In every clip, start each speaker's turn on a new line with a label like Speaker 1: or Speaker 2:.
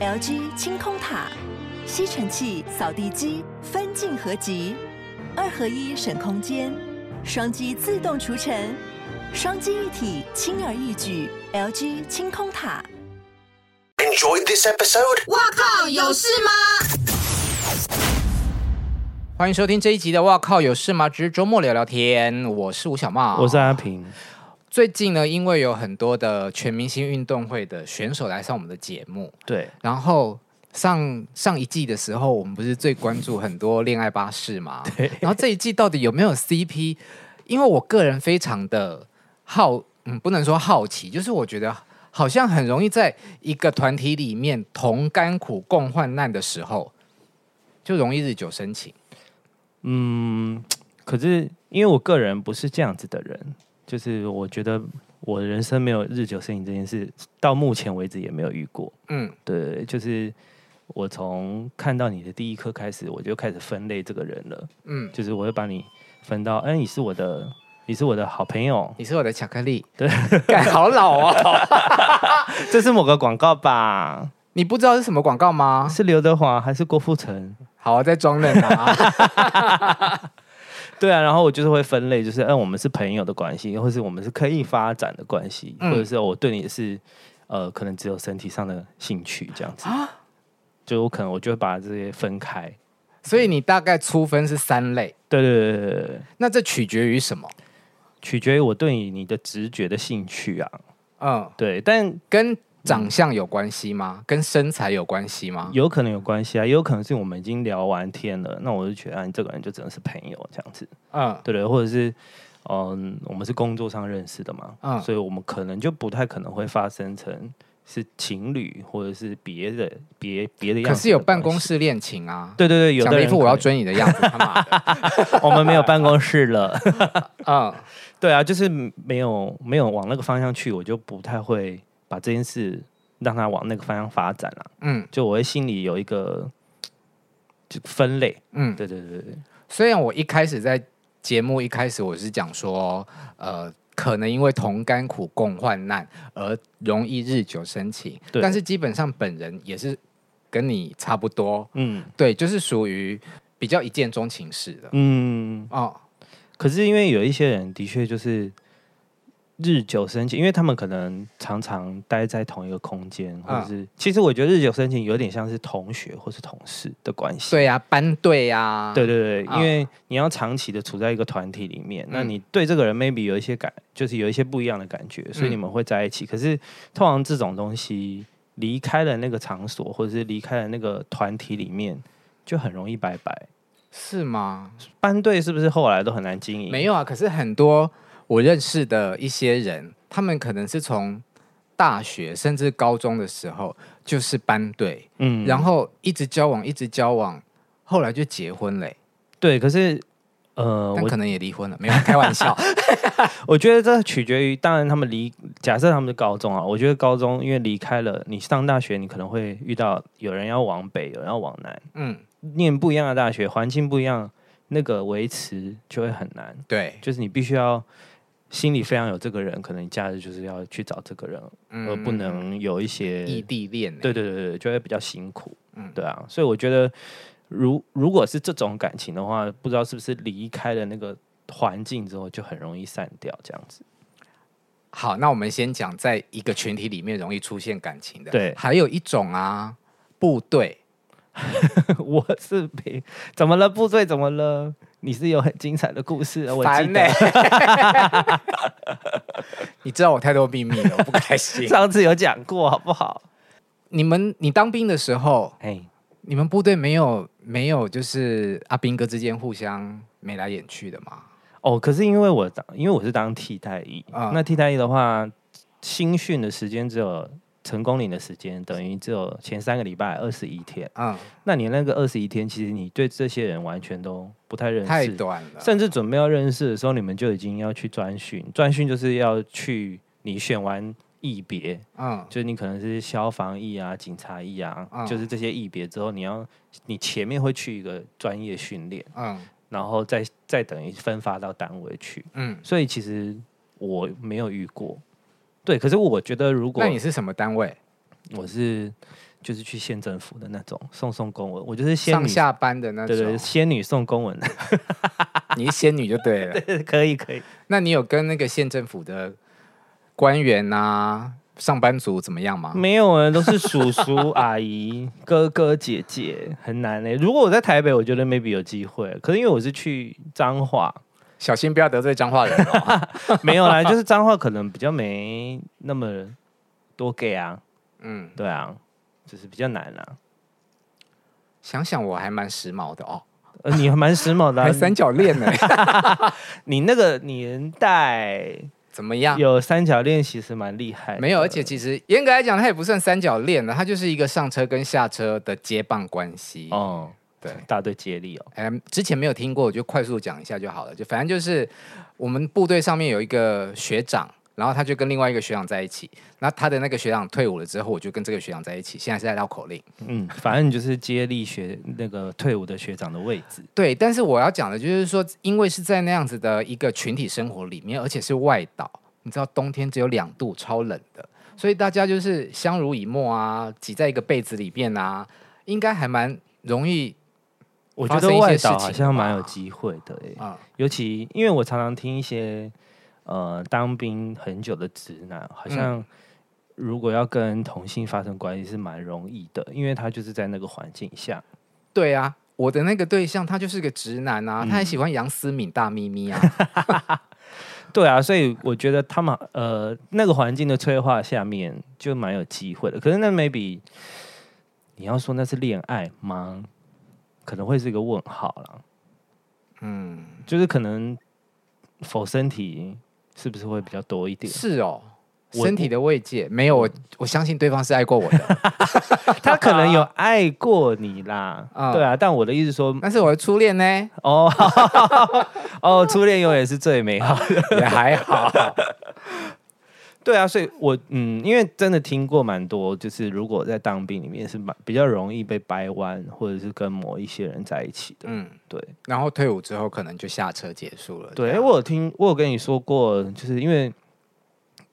Speaker 1: LG 清空塔、吸尘器、扫地机分镜合集，二合一省空间，双击自动除尘，双击一体轻而易举。LG 清空塔。
Speaker 2: Enjoyed this episode?
Speaker 3: 哇靠，有事吗？
Speaker 4: 欢迎收听这一集的《哇靠有事吗》，只是周末聊聊天。我是吴小茂，
Speaker 5: 我是阿平，
Speaker 4: 最近呢，因为有很多的全明星运动会的选手来上我们的节目，
Speaker 5: 对，
Speaker 4: 然后上上一季的时候，我们不是最关注很多恋爱巴士 嘛？然后这一季到底有没有 CP？因为我个人非常的好，嗯，不能说好奇，就是我觉得好像很容易在一个团体里面同甘苦共患难的时候，就容易日久生情。
Speaker 5: 嗯，可是因为我个人不是这样子的人，就是我觉得我人生没有日久生情这件事，到目前为止也没有遇过。
Speaker 4: 嗯，
Speaker 5: 对，就是我从看到你的第一刻开始，我就开始分类这个人了，
Speaker 4: 嗯，
Speaker 5: 就是我会把你分到，哎、你是我的，你是我的好朋友，
Speaker 4: 你是我的巧克力，
Speaker 5: 对，
Speaker 4: 干好老哦。
Speaker 5: 这是某个广告吧？
Speaker 4: 你不知道是什么广告吗？
Speaker 5: 是刘德华还是郭富城？
Speaker 4: 好、啊，在装嫩 啊。
Speaker 5: 对啊，然后我就是会分类，就是嗯，我们是朋友的关系，或是我们是可以发展的关系，
Speaker 4: 嗯
Speaker 5: 或者是我对你是呃，可能只有身体上的兴趣这样子。就我可能我就会把这些分开。
Speaker 4: 所以你大概粗分是三类，
Speaker 5: 对对对对对对，
Speaker 4: 那这取决于什么？
Speaker 5: 取决于我对你你的直觉的兴趣啊。
Speaker 4: 嗯，
Speaker 5: 对，但
Speaker 4: 跟长相有关系吗？跟身材有关系吗？
Speaker 5: 有可能有关系啊，也有可能是我们已经聊完天了，那我就觉得啊，你这个人就只能是朋友这样子。
Speaker 4: 嗯
Speaker 5: 对对，或者是嗯，我们是工作上认识的嘛，
Speaker 4: 嗯
Speaker 5: 所以我们可能就不太可能会发生成是情侣或者是别的别别的样
Speaker 4: 可
Speaker 5: 子。
Speaker 4: 是有办公，室恋情啊。
Speaker 5: 对对对，有
Speaker 4: 想
Speaker 5: 的
Speaker 4: 了一
Speaker 5: 人
Speaker 4: 副我要
Speaker 5: 可
Speaker 4: 追你的样子，他妈 的。
Speaker 5: 能，我们没有办公室了。
Speaker 4: 嗯，
Speaker 5: 对啊，就是没有没有往那个方向去，我就不太会把这件事让它往那个方向发展了、
Speaker 4: 嗯
Speaker 5: 就我会心里有一个就分类。
Speaker 4: 嗯，
Speaker 5: 对对对对，
Speaker 4: 虽然我一开始在节目一开始我是讲说，呃，可能因为同甘苦共患难而容易日久生情，
Speaker 5: 对
Speaker 4: 但是基本上本人也是跟你差不多，
Speaker 5: 嗯
Speaker 4: 对，就是属于比较一见钟情式的。
Speaker 5: 嗯。
Speaker 4: 哦，
Speaker 5: 可是因为有一些人的确就是日久生情，因为他们可能常常待在同一个空间，或
Speaker 4: 啊
Speaker 5: 者是、其实我觉得日久生情有点像是同学或是同事的关系。
Speaker 4: 对呀、班队呀、啊，
Speaker 5: 对对对，
Speaker 4: 啊
Speaker 5: 因为你要长期的处在一个团体里面，那
Speaker 4: 嗯
Speaker 5: 你对这个人 maybe 有一些感，就是有一些不一样的感觉，所以
Speaker 4: 嗯
Speaker 5: 你们会在一起。可是通常这种东西离开了那个场所，或者是离开了那个团体里面，就很容易拜拜。
Speaker 4: 是吗？
Speaker 5: 班队是不是后来都很难经营？
Speaker 4: 没有啊，可是很多我认识的一些人，他们可能是从大学甚至高中的时候就是班队，
Speaker 5: 嗯
Speaker 4: 然后一直交往，一直交往，后来就结婚嘞、
Speaker 5: 对，可是呃，
Speaker 4: 但
Speaker 5: 我
Speaker 4: 可能也离婚了，没有开玩 笑。
Speaker 5: 我觉得这取决于，当然他们离，假设他们是高中啊，我觉得高中因为离开了，你上大学你可能会遇到有人要往北，有人要往南，
Speaker 4: 嗯，
Speaker 5: 念不一样的大学，环境不一样，那个维持就会很难，
Speaker 4: 对，
Speaker 5: 就是你必须要。心里非常有这个人，可能你假日就是要去找这个人，
Speaker 4: 嗯
Speaker 5: 而不能有一些
Speaker 4: 异地恋、欸。
Speaker 5: 对对对对，就会比较辛苦。
Speaker 4: 嗯
Speaker 5: 嗯，对啊，所以我觉得如如果是这种感情的话，不知道是不是离开了那个环境之后就很容易散掉这样子。
Speaker 4: 好，那我们先讲在一个群体里面容易出现感情的。
Speaker 5: 对
Speaker 4: 还有一种啊，部队。
Speaker 5: 我是没怎么了，部队怎么了？你是有很精彩的故事，啊我记
Speaker 4: 烦欸
Speaker 5: 得、
Speaker 4: 呢、 你知道我太多秘密了，我不开 心。
Speaker 5: 上次有讲过，好不好？
Speaker 4: 你们，你当兵的时候，
Speaker 5: 哎，
Speaker 4: 你们部队没有没有就是阿兵哥之间互相眉来眼去的吗？
Speaker 5: 哦，可是因为我当，因为我是当替代役，
Speaker 4: 啊
Speaker 5: 那替代役的话，新训的时间只有成功领的时间，等于只有前三个礼拜二十一天。
Speaker 4: 嗯，
Speaker 5: 那你那个二十一天，其实你对这些人完全都不太认识，
Speaker 4: 太短了。
Speaker 5: 甚至准备要认识的时候，你们就已经要去专训。专训就是要去你选完役别，
Speaker 4: 嗯，
Speaker 5: 就是你可能是消防役啊、警察役啊，
Speaker 4: 嗯
Speaker 5: 就是这些役别之后，你要你前面会去一个专业训练，
Speaker 4: 嗯
Speaker 5: 然后再再等于分发到单位去。
Speaker 4: 嗯，
Speaker 5: 所以其实我没有遇过，对。可是我觉得如果
Speaker 4: 那你是什么单位？
Speaker 5: 我是就是去县政府的那种送送公文，我就是仙
Speaker 4: 上
Speaker 5: 女，
Speaker 4: 下班的那
Speaker 5: 对
Speaker 4: 种，
Speaker 5: 对，仙女送公文，
Speaker 4: 你是仙女就对了。
Speaker 5: 可以可以。
Speaker 4: 那你有跟那个县政府的官员啊、上班族怎么样吗？
Speaker 5: 没有啊，都是叔叔、阿姨、哥哥、姐姐，很难呢、如果我在台北，我觉得 maybe 有机会，可是因为我是去彰化，
Speaker 4: 小心不要得罪彰化人哦。
Speaker 5: 没有啦，就是彰化可能比较没那么多 gay 啊，
Speaker 4: 嗯，
Speaker 5: 对啊，就是比较难啊啦、
Speaker 4: 想想我还蛮时髦的哦，
Speaker 5: 呃，你还蛮时髦的、啊
Speaker 4: 还，三角恋呢，
Speaker 5: 你那个年代
Speaker 4: 怎么样？
Speaker 5: 有三角恋，其实蛮厉害的。
Speaker 4: 没有，而且其实严格来讲，它也不算三角恋啊了，它就是一个上车跟下车的接棒关系。哦，
Speaker 5: 哦，
Speaker 4: 对。
Speaker 5: 大队接力哦，
Speaker 4: 哎，之前没有听过，我就快速讲一下就好了。就反正就是我们部队上面有一个学长，然后他就跟另外一个学长在一起。那他的那个学长退伍了之后，我就跟这个学长在一起。现在是在绕口令。
Speaker 5: 嗯，反正你就是接力学那个退伍的学长的位置，
Speaker 4: 对，但是我要讲的就是说，因为是在那样子的一个群体生活里面，而且是外岛，你知道冬天只有两度，超冷的，所以大家就是相濡以沫啊，挤在一个被子里边啊，应该还蛮容易
Speaker 5: 我
Speaker 4: 发
Speaker 5: 觉得
Speaker 4: 生一些
Speaker 5: 外
Speaker 4: 事
Speaker 5: 岛好
Speaker 4: 情
Speaker 5: 像蛮
Speaker 4: 吧
Speaker 5: 有机会的诶、
Speaker 4: 啊、
Speaker 5: 尤其因为我常常听一些呃当兵很久的直男，好
Speaker 4: 嗯
Speaker 5: 像如果要跟同性发生关系是蛮容易的，因为他就是在那个环境下，
Speaker 4: 对啊。我的那个对象，他就是个直男啊，他还喜欢杨思敏大咪咪啊，
Speaker 5: 对啊，所以我觉得他们呃那个环境的催化下面就蛮有机会的。可是那 maybe 你要说那是恋爱吗？可能会是一个问号啦。嗯，就是可能否身体是不是会比较多一 点？
Speaker 4: 是哦，
Speaker 5: 我嗯
Speaker 4: 身体的慰藉没有我，我相信对方是爱过我 的，
Speaker 5: 他可能有爱过你啦，
Speaker 4: 啊
Speaker 5: 对啊，但我的意思说，
Speaker 4: 但是我的初恋呢
Speaker 5: 哦哦，初恋永远是最美好的。
Speaker 4: 也还好，
Speaker 5: 对啊，所以我嗯，因为真的听过蛮多，就是如果在当兵里面是蛮比较容易被掰弯，或者是跟某一些人在一起 的。
Speaker 4: 嗯，
Speaker 5: 对
Speaker 4: 然后退伍之后可能就下车结束了，
Speaker 5: 对，我有听，我有跟你说过，就是因为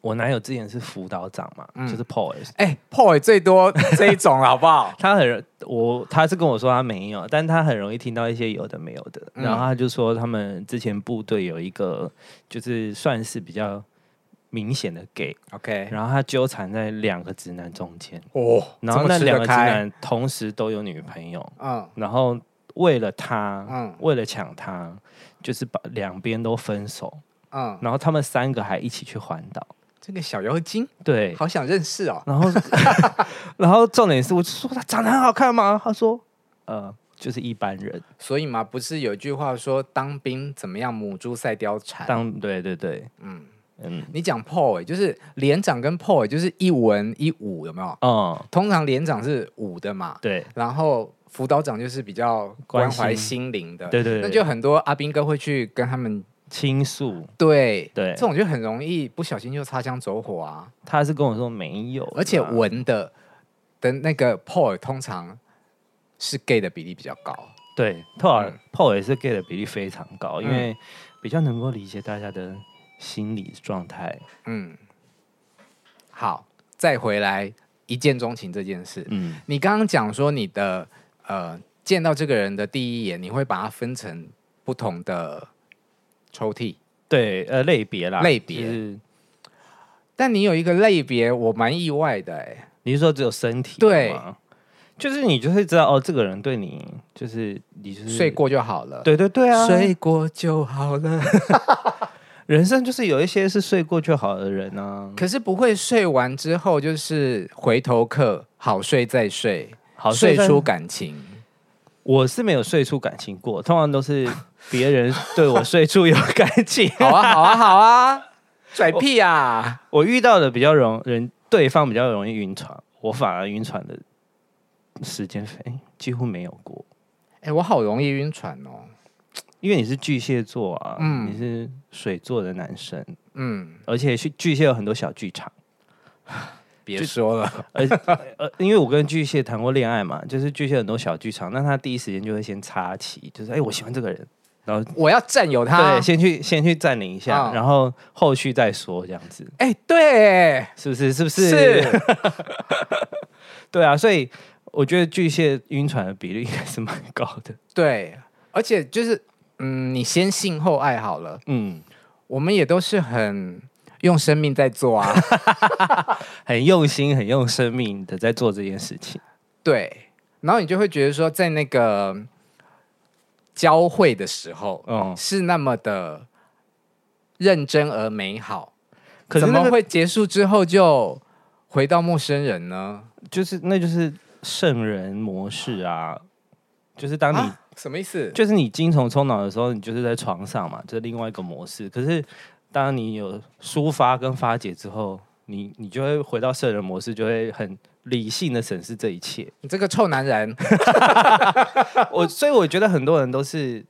Speaker 5: 我男友之前是辅导长嘛，就是 Paul，也是？
Speaker 4: 哎、p o y 最多这一种了好不好
Speaker 5: 他很我他是跟我说他没有，但他很容易听到一些有的没有的，
Speaker 4: 嗯
Speaker 5: 然后他就说他们之前部队有一个就是算是比较明显的 gay，
Speaker 4: OK，
Speaker 5: 然后他纠缠在两个直男中间，
Speaker 4: 哦，
Speaker 5: 然后那
Speaker 4: 这么吃得
Speaker 5: 两个直
Speaker 4: 开，
Speaker 5: 男同时都有女朋友，
Speaker 4: 嗯，
Speaker 5: 然后为了他，
Speaker 4: 嗯
Speaker 5: 为了抢他，就是把两边都分手，
Speaker 4: 嗯，
Speaker 5: 然后他们三个还一起去环岛，
Speaker 4: 这个小妖精
Speaker 5: 对，
Speaker 4: 好想认识哦，
Speaker 5: 然后， 然后重点是，我就说他长得很好看吗？他说，呃，就是一般人。
Speaker 4: 所以嘛，不是有一句话说当兵怎么样，母猪赛貂蝉。
Speaker 5: 当对对对，嗯嗯
Speaker 4: 你讲 Paul 欸就是连长跟 Paul 欸就是一文一武，有没有？
Speaker 5: 哦，
Speaker 4: 通常连长是武的嘛，
Speaker 5: 对
Speaker 4: 然后辅导长就是比较关
Speaker 5: 关
Speaker 4: 怀
Speaker 5: 心
Speaker 4: 心灵的，
Speaker 5: 对对对
Speaker 4: 那就很多阿兵哥会去跟他们
Speaker 5: 倾诉，
Speaker 4: 对
Speaker 5: 对
Speaker 4: 这种就很容易不小心就擦枪走火啊。
Speaker 5: 他是跟我说没有啦，
Speaker 4: 而且文的的那个 Paul 通常是 gay 的比例比较高。
Speaker 5: 对 Paul
Speaker 4: 嗯
Speaker 5: Paul 也是 gay 的比例非常高，因
Speaker 4: 嗯
Speaker 5: 为比较能够理解大家的心理状态。
Speaker 4: 嗯，好，再回来一见钟情这件事，
Speaker 5: 嗯，
Speaker 4: 你刚刚讲说你的呃见到这个人的第一眼，你会把它分成不同的抽屉，
Speaker 5: 对，呃，类别啦，
Speaker 4: 类别
Speaker 5: 就是
Speaker 4: 但你有一个类别，我蛮意外的哎、
Speaker 5: 你是说只有身体
Speaker 4: 对
Speaker 5: 吗？就是你就会知道哦，这个人对你就是你就是
Speaker 4: 睡，过就好了，、
Speaker 5: 对对对啊，
Speaker 4: 嗯睡过就好了。
Speaker 5: 人生就是有一些是睡过就好的人啊，
Speaker 4: 可是不会睡完之后就是回头客，好睡再睡，
Speaker 5: 好
Speaker 4: 睡
Speaker 5: 算
Speaker 4: 出感 情。
Speaker 5: 我是没有睡出感情过，通常都是别人对我睡出有感情。
Speaker 4: 好啊，好啊，好啊， 拽屁啊！
Speaker 5: 我遇到的比较容人，对方比较容易晕船，我反而晕船的时间哎几乎没有过，
Speaker 4: 哎、我好容易晕船哦。
Speaker 5: 因为你是巨蟹座啊，
Speaker 4: 嗯
Speaker 5: 你是水座的男生，
Speaker 4: 嗯，
Speaker 5: 而且巨巨蟹有很多小 剧场。
Speaker 4: 别说了，
Speaker 5: 而呃，因为我跟巨蟹谈过恋爱嘛，就是巨蟹很多小剧场，那他第一时间就会先插旗，就是哎、我喜欢这个人，然后
Speaker 4: 我要占有他。
Speaker 5: 对，先去先去占领一下，
Speaker 4: 嗯
Speaker 5: 然后后续再说这样子，
Speaker 4: 哎，对，
Speaker 5: 是不是？是不是？
Speaker 4: 是
Speaker 5: 对啊，所以我觉得巨蟹晕船的比例应该是蛮高的。
Speaker 4: 对，而且就是，嗯，你先性后爱好了，
Speaker 5: 嗯，
Speaker 4: 我们也都是很用生命在做啊。
Speaker 5: 很用心、很用生命的在做这件事情。
Speaker 4: 对，然后你就会觉得说，在那个交汇的时候，
Speaker 5: 嗯，
Speaker 4: 是那么的认真而美好，
Speaker 5: 可是
Speaker 4: 怎
Speaker 5: 那
Speaker 4: 么
Speaker 5: 个
Speaker 4: 会结束之后就回到陌生人呢？
Speaker 5: 就是那就是圣人模式啊，就是当你、
Speaker 4: 啊，什么意思？
Speaker 5: 就是你精虫充脑的时候，你就是在床上嘛，这是另外一个模式。可是当你有抒发跟发解之后，你你就会回到圣人模式，就会很理性的审视这一 切。
Speaker 4: 你这个臭男 人，
Speaker 5: 我所以我觉得很多人都是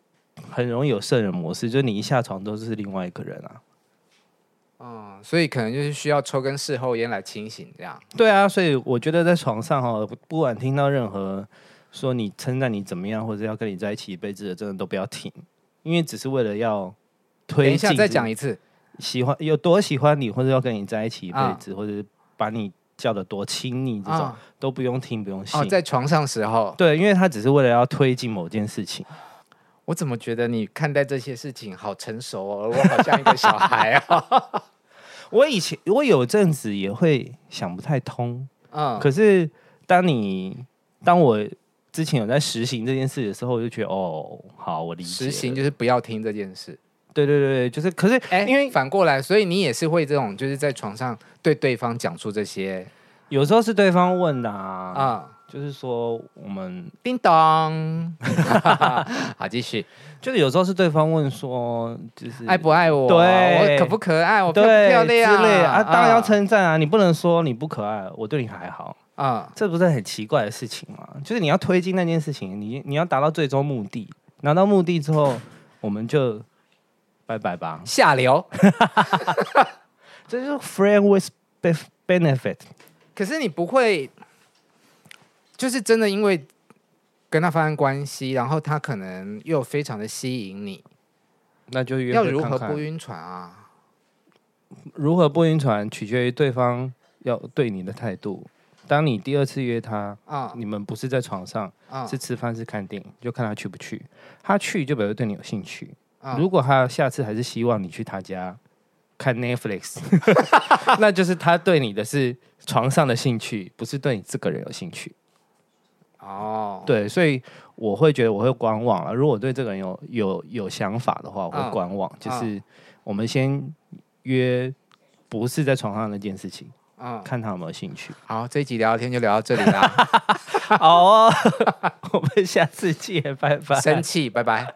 Speaker 5: 很容易有圣人模式，就是你一下床都是另外一个人啊。
Speaker 4: 嗯，所以可能就是需要抽根事后烟来清醒，这样。
Speaker 5: 对啊，所以我觉得在床上哈，不不管听到任何说你称赞你怎么样，或者要跟你在一起一辈子的，真的都不要听，因为只是为了要推
Speaker 4: 等一
Speaker 5: 进。
Speaker 4: 下再讲一次，
Speaker 5: 喜欢有多喜欢你，或者要跟你在一起一辈子，或者是把你叫的多亲昵，这种、
Speaker 4: 啊
Speaker 5: 都不用听，不用信。
Speaker 4: 哦，在床上时候，
Speaker 5: 对，因为他只是为了要推进某件事情。
Speaker 4: 我怎么觉得你看待这些事情好成熟哦，我好像一个小孩 啊。
Speaker 5: 我以前我有阵子也会想不太通，
Speaker 4: 嗯，
Speaker 5: 可是当你当我之前有在实行这件事的时候，我就觉得哦，好，我理解了。
Speaker 4: 实行就是不要听这件事。
Speaker 5: 对对对，对就是可是、
Speaker 4: 哎，
Speaker 5: 因为
Speaker 4: 反过来，所以你也是会这种，就是在床上对对方讲出这些
Speaker 5: 有时候是对方问的啊，
Speaker 4: 啊、
Speaker 5: 就是说我们
Speaker 4: 叮咚， 好，继续，
Speaker 5: 就是有时候是对方问说，就是
Speaker 4: 爱不爱我？
Speaker 5: 对
Speaker 4: 我可不可爱？我漂
Speaker 5: 对
Speaker 4: 不漂亮
Speaker 5: 之类啊，当然要
Speaker 4: 成
Speaker 5: 称赞啊，你不能说你不可爱，我对你还好，
Speaker 4: 啊、
Speaker 5: 这不是很奇怪的事情吗？就是你要推进那件事情，你你要达到最终目的，拿到目的之后，我们就拜拜吧。
Speaker 4: 下流。
Speaker 5: 这就是 friend with bef- benefit，
Speaker 4: 可是你不会，就是真的因为跟他发生关系，然后他可能又非常的吸引你，
Speaker 5: 那就约
Speaker 4: 要
Speaker 5: 会
Speaker 4: 如
Speaker 5: 看
Speaker 4: 何
Speaker 5: 看
Speaker 4: 不晕船啊？
Speaker 5: 如何不晕船，取决于对方要对你的态度。当你第二次约他，
Speaker 4: 啊、
Speaker 5: 你们不是在床上，
Speaker 4: 啊、
Speaker 5: 是吃饭是看电影，就看他去不去。他去就表示对你有兴趣。
Speaker 4: 啊
Speaker 5: 如果他下次还是希望你去他家看 Netflix，那就是他对你的是床上的兴趣，不是对你这个人有兴趣。
Speaker 4: 哦，
Speaker 5: 对，所以我会觉得我会观望了。如果我对这个人有有有想法的话，我会
Speaker 4: 嗯
Speaker 5: 观望，就
Speaker 4: 嗯
Speaker 5: 是我们先约。不是在床上那件事情，
Speaker 4: 嗯，
Speaker 5: 看他有没有 兴趣。
Speaker 4: 好，这一集聊天就聊到这里 啦，
Speaker 5: 好哦，我们下次见，拜拜。
Speaker 4: 生气，拜拜。